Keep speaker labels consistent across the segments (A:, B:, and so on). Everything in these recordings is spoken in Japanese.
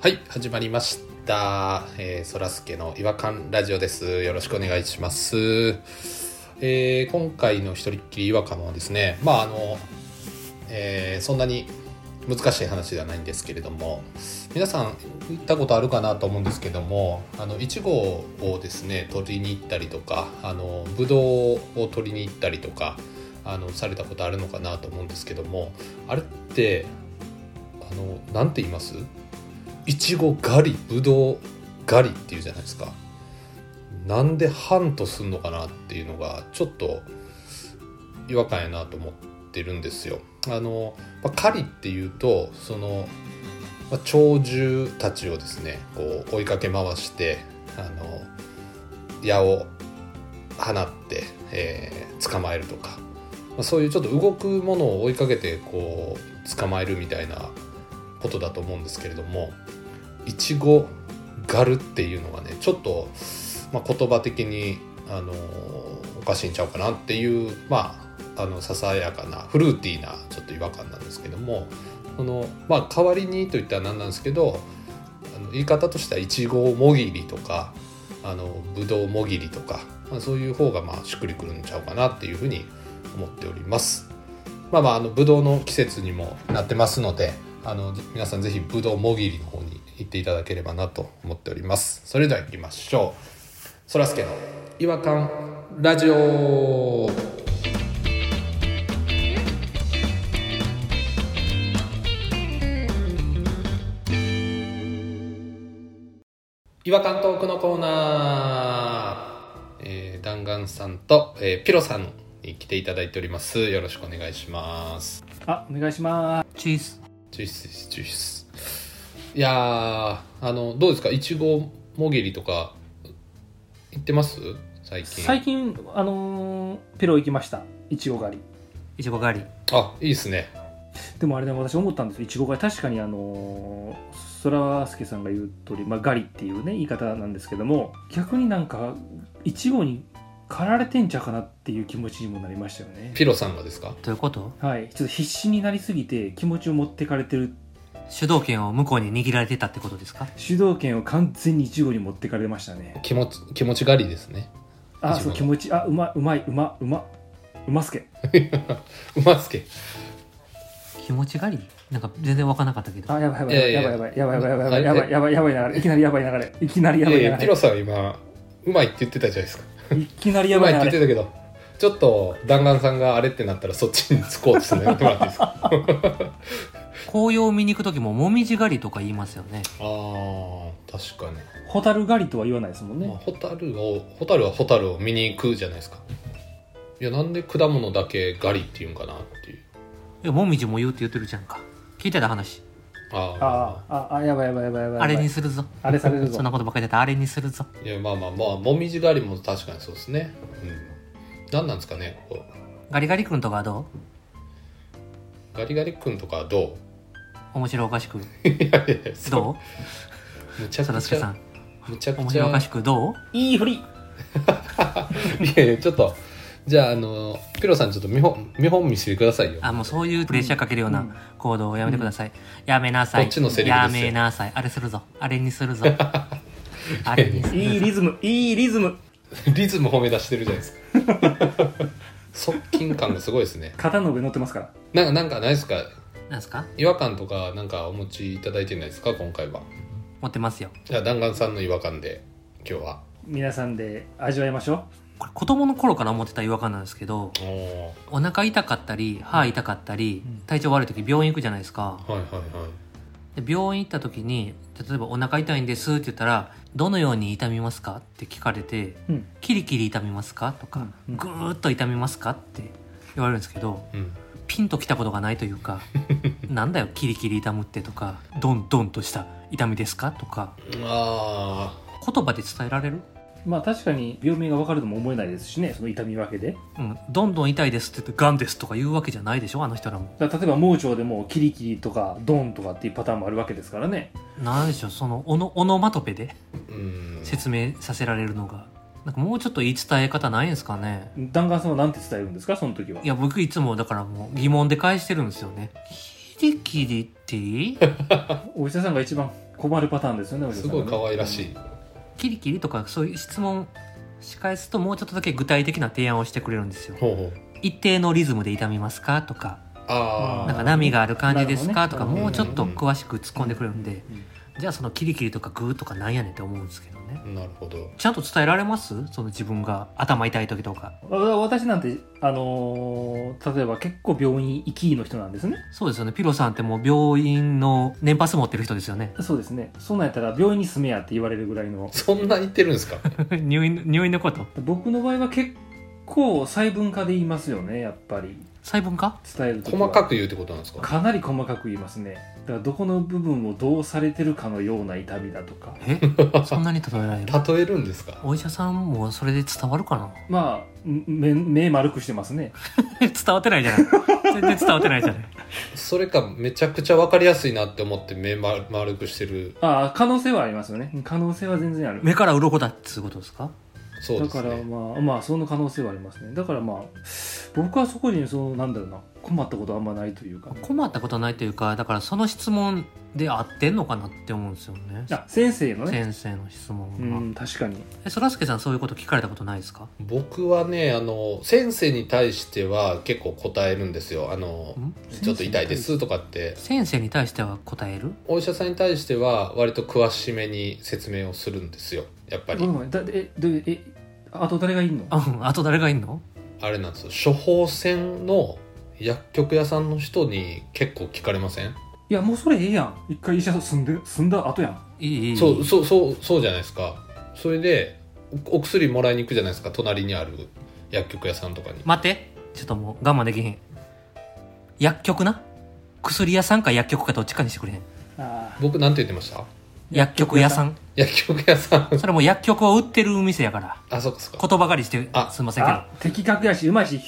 A: はい、始まりました。えー、そらすけの違和感ラジオです。よろしくお願いします。えー、今回の一人っきり違和感はですね、まああの、えーそんなに難しい話ではないんですけれども、皆さん行ったことあるかなと思うんですけども、あの、いちごをですね、取りに行ったりとか、あの、ぶどうを取りに行ったりとか、あの、されたことあるのかなと思うんですけども、あれって、あの、なんて言いますいちご狩りぶどう狩りっていうじゃないですかなんでハントすんのかなっていうのがちょっと違和感やなと思ってるんですよあの、まあ、狩りっていうとその、まあ、鳥獣たちをですねこう追いかけ回してあの矢を放って、えー捕まえるとか、まあ、そういうちょっと動くものを追いかけてこう捕まえるみたいなことだと思うんですけれどもいちご狩るっていうのはねちょっと、まあ、言葉的に、あのおかしいんちゃうかなっていうまああのささやかなフルーティーなちょっと違和感なんですけどもそのまあ代わりにといったら何なんですけどあの言い方としてはいちごもぎりとかあのぶどうもぎりとか、まあ、そういう方がまあしっくりくるんちゃうかなっていうふうに思っております。まあまあ、あの、ぶどうの季節にもなってますので、あの、皆さんぜひ、ぶどうもぎりの方に行っていただければなと思っております。それでは行きましょう。そらすけの違和感ラジオ違和感トークのコーナー、えー、弾丸さんと、えーピロさんに来ていただいておりますよろしくお願いします
B: あ、お願いします。チーズ。
A: チュイスチュイスいやーあのどうですかいちごもぎりとか行ってます最近
B: 最近、あのーペロ行きました。いちご狩り。
C: いちご狩り
A: あいいですね
B: でもあれね、私思ったんですよ。いちご狩り。確かにあのー、そらすけさんが言う通り、まあ、狩りっていうね、言い方なんですけども、逆になんか、いちごに狩られてんちゃうかなっていう気持ちにもなりましたよね。
A: ピロさんがですか
C: どういうこと
B: はい。ちょっと必死になりすぎて、気持ちを持ってかれてる。
C: 主導権を向こうに握られてたってことですか
B: 主導権を完全にいちごに持ってかれましたね。
A: 気持ち気持ち狩りですね
B: あ、そう、気持ち、あ、うまい、うまい、うま、うま、うますけ。
A: うますけ
C: 気持ち狩りなんか全然わからなかったけど
B: あ、やばいやば
A: いやい
B: い
A: や
B: やばいやばいやばいやばいやばいやばいやばいやばい流れ。いきなりやばい流れ。いきなり
A: い
B: や
A: や
B: ばい
A: い
B: 流
A: やピ
B: れ。
A: ロさん今うまいって言ってたじゃないですか
B: いきなりや
A: うま
B: ばい
A: いって
B: 流
A: 言って
B: れ。
A: たけどちょっと弾丸さんがあれってなったらそっちにつこうとするのやってもらっていいです かあ
C: 紅葉を見に行く時ももみじ狩りとか言いますよね
A: ー確かに、
B: ホタル狩りとは言わないですもん
A: まあ、
B: ね。
A: ホタルをホタルはホタルを見に行くじゃないですかいやなんで果物だけガリっていうんかなっていう
C: いやもみじも言うって言ってるじゃんか聞いてた話
A: あ
B: ああ、あ、やばいやばいやばいやばい。
C: あれにするぞ
B: あれされるぞ
C: そん。なことばっかりだったらあれにするぞ
A: あいやまあまあまあもみじ狩りも確かにそうですねうん何なんですかねこう
C: ガリガリ君とかはど
A: ガリガリ君とかは ど
C: う面白おかしく
A: ういやいやいやそう
C: ど
A: むち
C: う
A: ゃ
C: そ
A: く
C: らすけ
A: ち
C: さ
A: ゃ
C: ん
A: むちゃく
C: 面
A: ち
C: 白お
A: ゃ
C: かしくど
B: いい振り。
A: いやいやちょっとじゃああのピロさんちょっと見本見本見せてくださいよ
C: うあもうそういうプレッシャーかけるよう
B: う
C: なん行動をやめてください、やめなさい
A: こっちのセリフです
C: や
A: よ
C: めなさいあれするぞあれにする ぞあれにするぞ
B: いいリズム。いいリズム。
A: リズム褒め出してるじゃないです か側近感がすごいですね
B: 肩の上乗ってますから。
A: なんかなんかないですか
C: なんですか
A: 違和感とかなんかお持ちいただいてないですか今回は
C: 持ってますよ
A: じゃあ弾丸さんの違和感で今日は
B: 皆さんで味わいましょ
C: これ子供の頃から思ってた違和感なんですけど
A: おお
C: お腹痛かったり歯痛かったり、体調悪い時病院行くじゃないですか
A: はいはいはい
C: で病院行った時に例えば「お腹痛いんです」って言ったら「どのように痛みますか?」って聞かれて
B: う。うん。
C: 「キリキリ痛みますか?」とか「
B: うん
C: ぐーっと痛みますか?」って言われるんですけど
A: うん
C: ピンときたことがないとい うか「なんだよキリキリ痛むって」とか「ドンドンとした痛みですか?」とか
A: ああ
C: 言葉で伝えられる
B: まあ確かに病名が分かるとも思えないですしね、その痛み分けで。
C: うん、どんどん痛いですって言って、ガンですとか言うわけじゃないでしょ、あの人らも。
B: だから例えば盲腸でもキリキリとかドンとかっていうパターンもあるわけですからね。
C: なんでしょう、その、オノ、オノマトペで
A: うん
C: 説明させられるのが。なんかもうちょっと言い伝え方ないんですかね。
B: 弾丸さんは何て伝えるんですか、その時は。
C: いや、僕いつもだからもう疑 問で返してるんですよね。キリキリって
B: お医者さんが一番困るパターンですよねお嬢
A: す
B: さん
A: ごい
B: ね
A: 可愛らしい
C: キリキリとかそういう質問し返すともうちょっとだけ具体的な提案をしてくれるんですよ
A: ほうほう
C: 一定のリズムで痛みますかとか
A: あ
C: なん
A: あ
C: か波がある感じですか、
B: なる
C: と
B: ほ
C: か
B: どね
C: もうちょっと詳しく突っ込んでくれるんで、
B: うん
C: じゃあそのキリキリとかグーとかなんやねんって思うんですけどね
A: なるほど
C: ちゃんと伝えられますその自分が頭痛い時とか
B: わ私なんて、あのー例えば結構病院行きの人なんですね
C: そうですよねピロさんってもう病院の年パス持ってる人ですよね
B: そうですねそんなんやったら病院に住めやって言われるぐらいの
A: そんな言ってるん ですか
C: 入院入院のこと
B: 僕の場合は結構細分化で言いますよねやっぱり
C: 細分化
B: 伝える時は
A: 細かく言うってことなんですか
B: かなり細かく言いますねだからどこの部分をどうされてるかのような痛みだとか
C: えそんなに例えられる
A: 例えるんですか
C: お医者さんもそれで伝わるかな
B: まあ目目丸くしてますね
C: 伝わってないじゃ ない全然伝わってないじゃない
A: それかめちゃくちゃ分かりやすいなって思って目ま丸くしてる
B: ああ可能性はありますよね可能性は全然ある
C: 目から鱗だっつうことですか
A: そう
B: だ
A: です
B: から
A: ね
B: まあまあその可能性はありますねだからまあ僕はそこにそのなんだろうな困ったことあんまないというか
C: 困ったことはないというかだからその質問で合ってんのかなって思うんですよね
B: あ先生のね
C: 先生の質問
B: う
C: が、
B: ん確かに
C: えそらすけさんそういうこと聞かれたことないですか
A: 僕はねあの先生に対しては結構答えるんですよあの
C: ん
A: ちょっと痛いですとかって
C: 先生に対しては答える
A: お医者さんに対しては割と詳しめに説明をするんですよやっぱ
B: ごめ
A: り
B: んごめんだえどういうえあと誰がいんの
C: あうんあと誰がいんの
A: あれなんですよ処方箋の薬局屋さんの人に結構聞かれません
B: いやもうそれええやん一回医者住んで住んだ後やん
C: いいいいいい
A: そうそうそうそうじゃないですかそれでおお薬もらいに行くじゃないですか隣にある薬局屋さんとかに
C: 待ってちょっともう我慢できへん薬局な薬屋さんか薬局かどっちかにしてくれへん
B: あ
A: 僕なんて言ってました
C: 薬局屋さん
A: 薬局屋さん
C: それもう薬局を売ってる店やから
A: あそっかそっか
C: 言葉狩りして
A: あ
C: すいませんけど
B: あ的確やしうまいし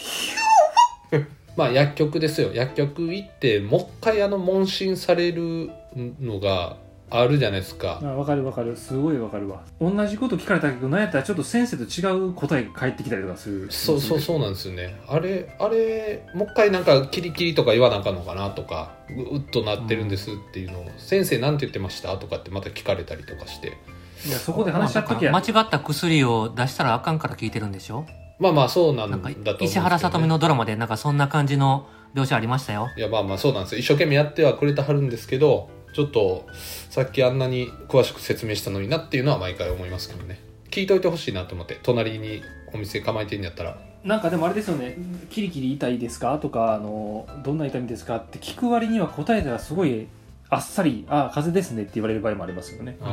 A: まあ薬局ですよ薬局行ってもう一回あの問診されるのがあるじゃないですか
B: あわかるわかるすごいわかるわ同じこと聞かれたけどなんやったらちょっと先生と違う答えが返ってきたりとかする
A: そうそうそうなんですよねあれあれもう一回なんかキリキリとか言わなあかんのかなとかううっとなってるんですっていうのを「先生なんて言ってました?」とかってまた聞かれたりとかして
B: いやそこで話しちゃっときや
C: まあだから間違った薬を出したらあかんから聞いてるんでしょ
A: まあまあそうなんだ
C: な
A: と
C: ん
A: 思
C: か
A: うんですけど、ね、
C: 石原さとみのドラマでなんかそんな感じの描写ありましたよ
A: いやまあまあそうなんですよ一生懸命やってはくれてはるんですけどちょっとさっきあんなに詳しく説明したのになっていうのは毎回思いますけどね聞いといてほしいなと思って隣にお店構えてんやったら
B: なんかでもあれですよね「キリキリ痛いですか?」とかあの「どんな痛みですか?」って聞く割には答えたらすごいあっさり「あ風邪ですね」って言われる場合もありますよね
A: うん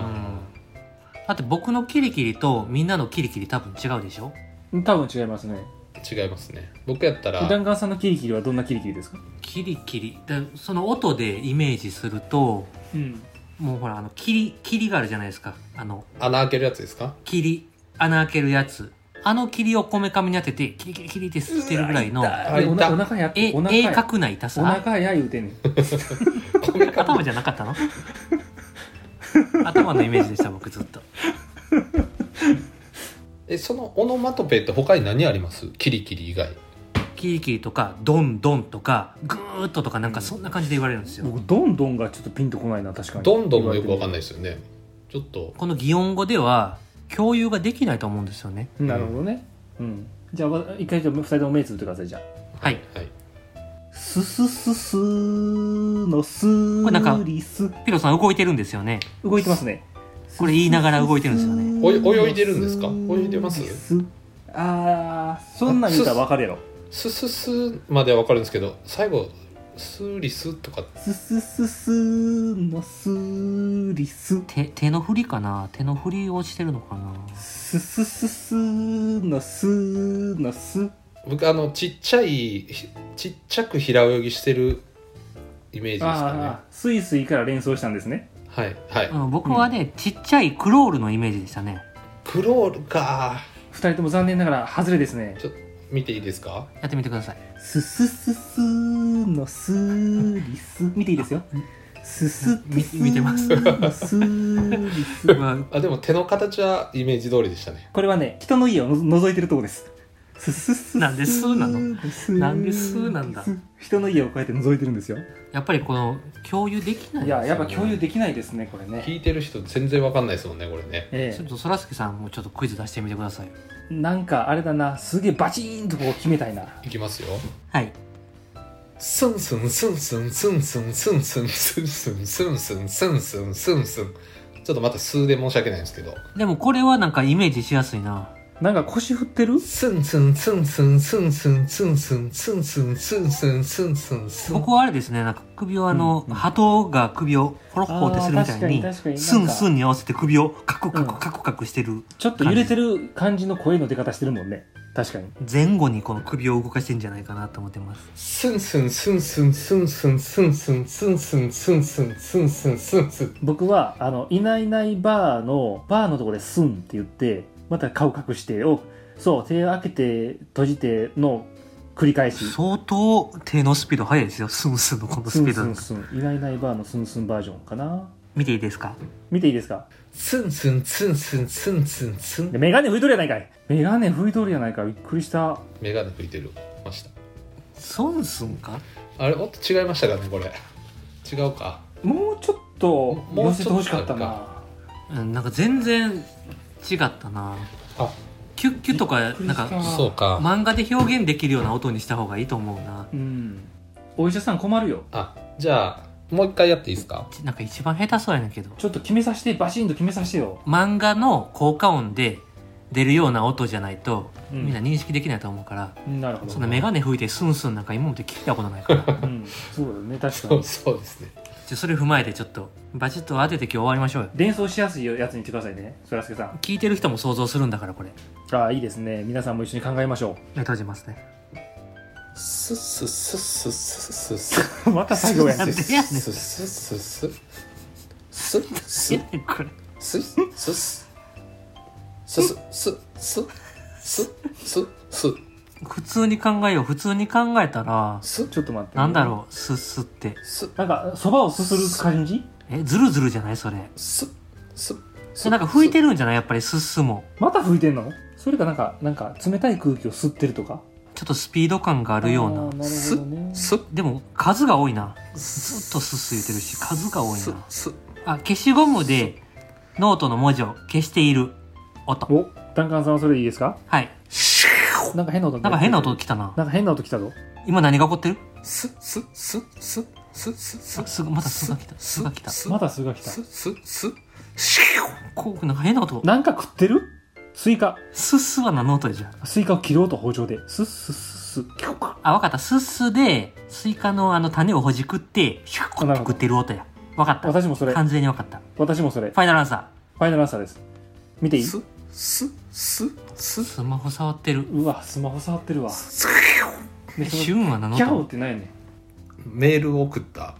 C: だって僕のキリキリとみんなのキリキリ多分違うでしょ
B: 多分違いますね
A: 違いますね僕やったら
B: 弾丸さんのキリキリはどんなキリキリですか
C: キリキリだその音でイメージすると
B: うん
C: もうほらあのキリキリがあるじゃないですかあの
A: 穴開けるやつですか
C: キリ穴開けるやつあのキリをこめかみに当ててキリキリキリって吸ってるぐらいの
A: あ痛い
B: おなお腹やって
C: え
B: お腹
C: 鋭
B: や
C: 角な痛
B: お
C: さ
B: 腹や言うてんねん
C: 頭じゃなかったの頭のイメージでした僕ずっと
A: えそのオノマトペって他に何ありますキリキリ以外
C: キリキリとかドンドンとかグーッととかなんかそんな感じで言われるんですよ、
B: 僕どんどんがちょっとピンとこないな確かに
A: どんどんもよくわかん
B: な
A: ないですよねちょっと
C: この擬音語では共有ができないと思うんですよね
B: いなるほどねうんじゃあわ一回じゃあ2人とも目つぶってくださいじゃあ
C: はい
A: はい
B: すすすすーのすー
C: れなんか
B: リス
C: ピロさん動いてるんですよね
B: 動いてますね
C: これ言いながら動いてるんですよね
A: おい泳いでるんですか泳いでます
B: あーそんなん言うたら分かるやろ
A: スススまではわかるんですけど最後スリスとか
B: すすすすーのすーリス
C: 手手の振りかな手の振りをしてるのかな
B: すすすすーのすーのす
A: 僕あのちっちゃいひちっちゃく平泳ぎしてるイメージですかね
B: ああスイスイから連想したんですね
A: はいはい、
C: うん、僕はね、ちっちゃいクロールのイメージでしたね
A: クロールか
B: 2人とも残念ながら外れですね
A: ちょっと見ていいですか
C: やってみてください
B: すすすすーのすーリス見ていいですよすす
C: み見てます
B: すーのすーリス
C: うわ
A: あでも手の形はイメージ通りでしたね
B: これはね人の家をの覗いてるとこですすすす
C: なんでスーなの
B: の
C: なんでスーなんだ
B: 人の家をこうやって覗いてるんですよ
C: やっぱりこの共有できない
B: いややっぱ共有
C: で
B: できないですねこれね
A: 聞いてる人全然わかんないですもんねこれね
B: え
C: ちょっとそらすけさんもちょっとクイズ出してみてくださいよ
B: えなんかあれだなすげえバチーンとこう決めたいない
A: きますよ
C: はい
A: スンスンスンスンスンスンスンスンスンスンスンスンスンスンスンスンちょっとまた数で申し訳ないんですけど
C: でもこれはなんかイメージしやすいな
B: なんか腰振ってる
A: スンスンスンスンスンスンスンスンスンスンスンスンスンスンスン
C: 僕はあれですねなんか首をあの、
B: うんうん
C: 鳩が首をホロッホロってするみたいに
B: あー確かに確かに
C: ス
B: な
C: ンス
B: んか
C: ンに合わせて首をカクカ
B: うん
C: クカクカクしてる
B: ちょっと揺れてる感じの声の出方してるもんね確かに
C: 前後にこの首を動かしてんじゃないかなと思ってます
A: スンスンスンスンスンスンスンスンスンスンスンスンスンスンスンスン
B: 僕はあのいないいないバーのバーのところで「スン」って言ってまた顔隠してをそう手を開けて閉じての繰り返し
C: 相当手のスピード速いですよスンスンのこの
B: ス
C: スピ
B: ン
C: ー
B: ス
C: ド
B: ンスンいないいないバーのスンスンバージョンかな
C: 見ていいですか
B: 見ていいですか
A: スンスンスンスンスンスンス
B: で
A: ン
B: メガネ拭いとるやないかいメガネ拭いとるやないかびっくりした
A: メガネ拭いてるました
C: スンスンか
A: あれおっと違いましたかねこれ違うか
B: もうちょっと
A: も
B: 寄
A: うちょっと
B: せてほしかったな
A: か
C: うんなんか全然違ったな
A: あ
C: キュッキュッとか
B: びっくり
C: なん
B: した
C: か
A: そうか
C: 漫画で表現できるような音にした方がいいと思うな
B: うんお医者さん困るよ
A: あじゃあもう一回やっていいですか
C: ちなんか一番下手そうやねんけど
B: ちょっと決めさせてバシンと決めさせてよ
C: 漫画の効果音で出るような音じゃないと、
B: うん
C: みんな認識できないと思うから
B: なるほど
C: そんなメガネ拭いてスンスンなんか今まで聞いたことないから
B: うんそうだね確か
A: そう
B: に
A: そうですね
C: じゃあそれ踏まえてちょっとバチッと当てて今日終わりましょうよ
B: 連想しやすいやつにしてくださいねそらすけさん
C: 聞いてる人も想像するんだからこれ
B: ああいいですね皆さんも一緒に考えましょ
C: 閉じますね
A: スッスッスッスッスッスッ
B: う また作業や
C: なん
B: ね
C: でやねん
A: スッスッスッスッスッス
C: いや
A: ッ
C: これ
A: スッスッスッスッスッスッスッスッ
C: 普通に考えよう普通に考えたら
A: スッ
B: ちょっと待ってね、
C: なんだろうすすって
A: スッ
B: なんかそばをすする感じ
C: えずるずるじゃないそれ
A: スッスッ
C: それなんか吹いてるんじゃないやっぱりすすも
B: また吹いてんのそれかなんかなんか冷たい空気を吸ってるとか
C: ちょっとスピード感があるよう
B: あ
C: な
B: ーなるほどね
A: スッ
C: でも数が多いなずっとすす言ってるし数が多い
A: スッ
C: な
A: スッ
C: あ消しゴムでノートの文字を消している音
B: おダンカンさんはそれでいいですか
C: はい
B: なんか変な音
C: なんか変な音来たな
B: なんか変な音来たぞ
C: 今何が起こってる
A: スッスッスッスッスッスッス
C: あ
A: ッ
C: すぐまたすが来たすが来た
A: ス
B: また巣が来た
A: スッスッスッ
C: こうなんか変な音
B: なんか食ってるスイカ
C: すすはなノートじゃん
B: スイカを切ろうと包丁でスッスッスッスッキュッキュッ
C: あ、わかった。すすで、スイカのあの種をほじくって、シュッコって食ってる音や。わかった。
B: 私もそれ
C: 完全にわかった。フ
B: 私もそれフ
C: ァイナルアンサ
B: ァイナルアンサーです見ていい
A: スッスッスッス
C: ー。
A: ッ
C: スマホ触ってる。
B: うわスマホ触ってるわ
C: え
B: でその
C: シュンはなの
B: キャオってないねん
A: メールを送った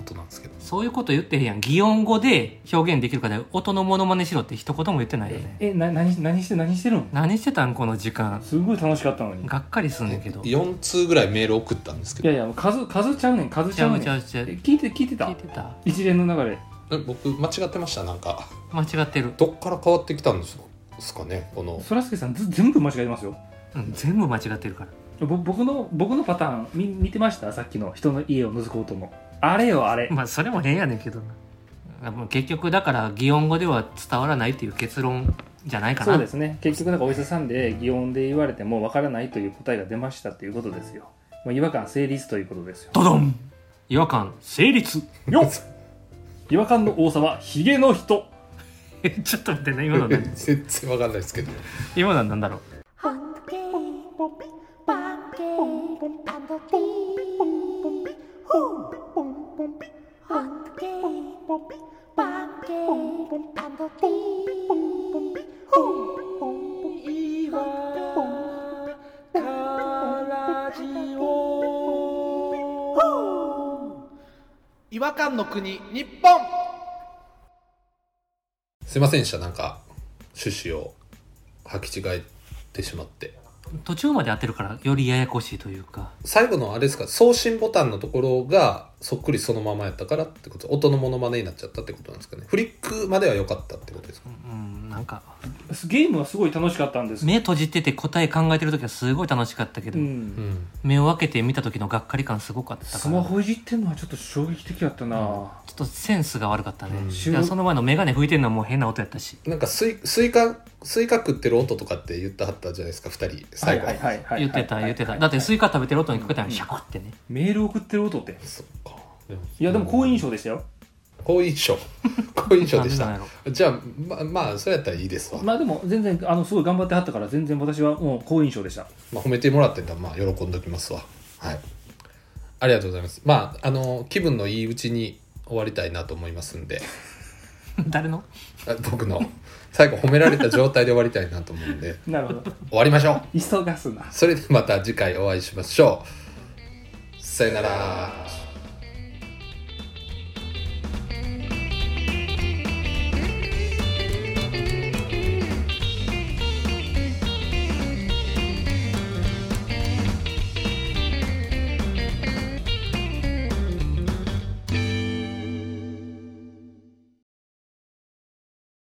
A: 音なんですけど
C: そういうこと言ってへんやん。擬音語で表現できるかで、音のモノマネしろって一言も言ってないよね。
B: えな何何して何してるん
C: 何してたんこの時間。
B: すごい楽しかったのに
C: がっかりすんねんけど。ち
A: 4通ぐらいメール送ったんですけ
B: いやいや数数ちゃうねん数ち
C: ゃ
B: ゃうね
C: うんちゃうちゃう
B: え。聞いて聞いて
C: 聞い
B: た
C: てた
B: 一連の流れ
A: どえ僕間違ってましたなんか
C: 間違ってる。
A: どっから変わってきたんですかねこの
B: そらすけさんず全部間違えてますよ
C: うん、全部間違ってるから。
B: ぼ僕の僕のパターンみ見てましたさっきの人の家を覗こうともあれよあれ
C: まあ、それも変やねんけどな。あもう結局、だから、擬音語では伝わらないっていう結論じゃないかな。
B: そうですね結局なんかお医者さんで擬音で言われてもわからないという答えが出ましたということですよまあ違和感成立ということですよ
C: ドドン違和感成立
B: よ違和感の多さはヒゲの人
C: ちょっと待ってね今の何
A: 全然わかんないですけど
C: 今のなんだろう
D: Hunky,
E: 違和感の国日本
A: すいませんでしたなんか趣旨を履き違えてしまって
C: 途中まで当てるからよりややこしいというか
A: 最後のあれですか送信ボタンのところがそっくりそのままやったからってこと音のモノマネになっちゃったってことなんですかねフリックまでは良かったってことですか
C: うんなんか
B: ゲームはすごい楽しかったんですけ
C: 目閉じてて答え考えてる時はすごい楽しかったけ
B: ど、う
C: ど、
B: ん
A: ん
C: 目を開けて見た時のがっかり感すごかったから
B: スマホいじってんのはちょっと衝撃的だったな、
C: ちょっとセンスが悪かったね、
A: うん
C: いやその前の眼鏡拭いてるのはもう変な音やったし、
A: なんかスイスイカスイカ食ってる音とかって言ったはったじゃないですか2人最後
B: はいはいはいはい
C: 言ってた言ってた、
B: はい
C: だってスイカ食べてる音に聞こえたの
B: うん
C: にシャコってね、
B: メール送ってる音って
A: そっかでも
B: いやでも好印象でしたよ、
A: 好印 象好印象
C: なん
A: で
C: で
A: し
C: なん
A: た
C: やろ
A: じゃあままあそれやったらいいですわ、ま
B: まあでも全然あのすごい頑張ってはったから全然私はもう好印象でした
A: あ、褒めてもらってんだまあ喜んどきますわはいありがとうございますまああの気分のいいうちに終わりたいなと思いますんで
C: 誰の
A: あ僕の最後褒められた状態で終わりたいなと思うんで
B: なるほ ど
A: 終わりましょう
B: 急がすな
A: それではまた次回お会いしましょうさよなら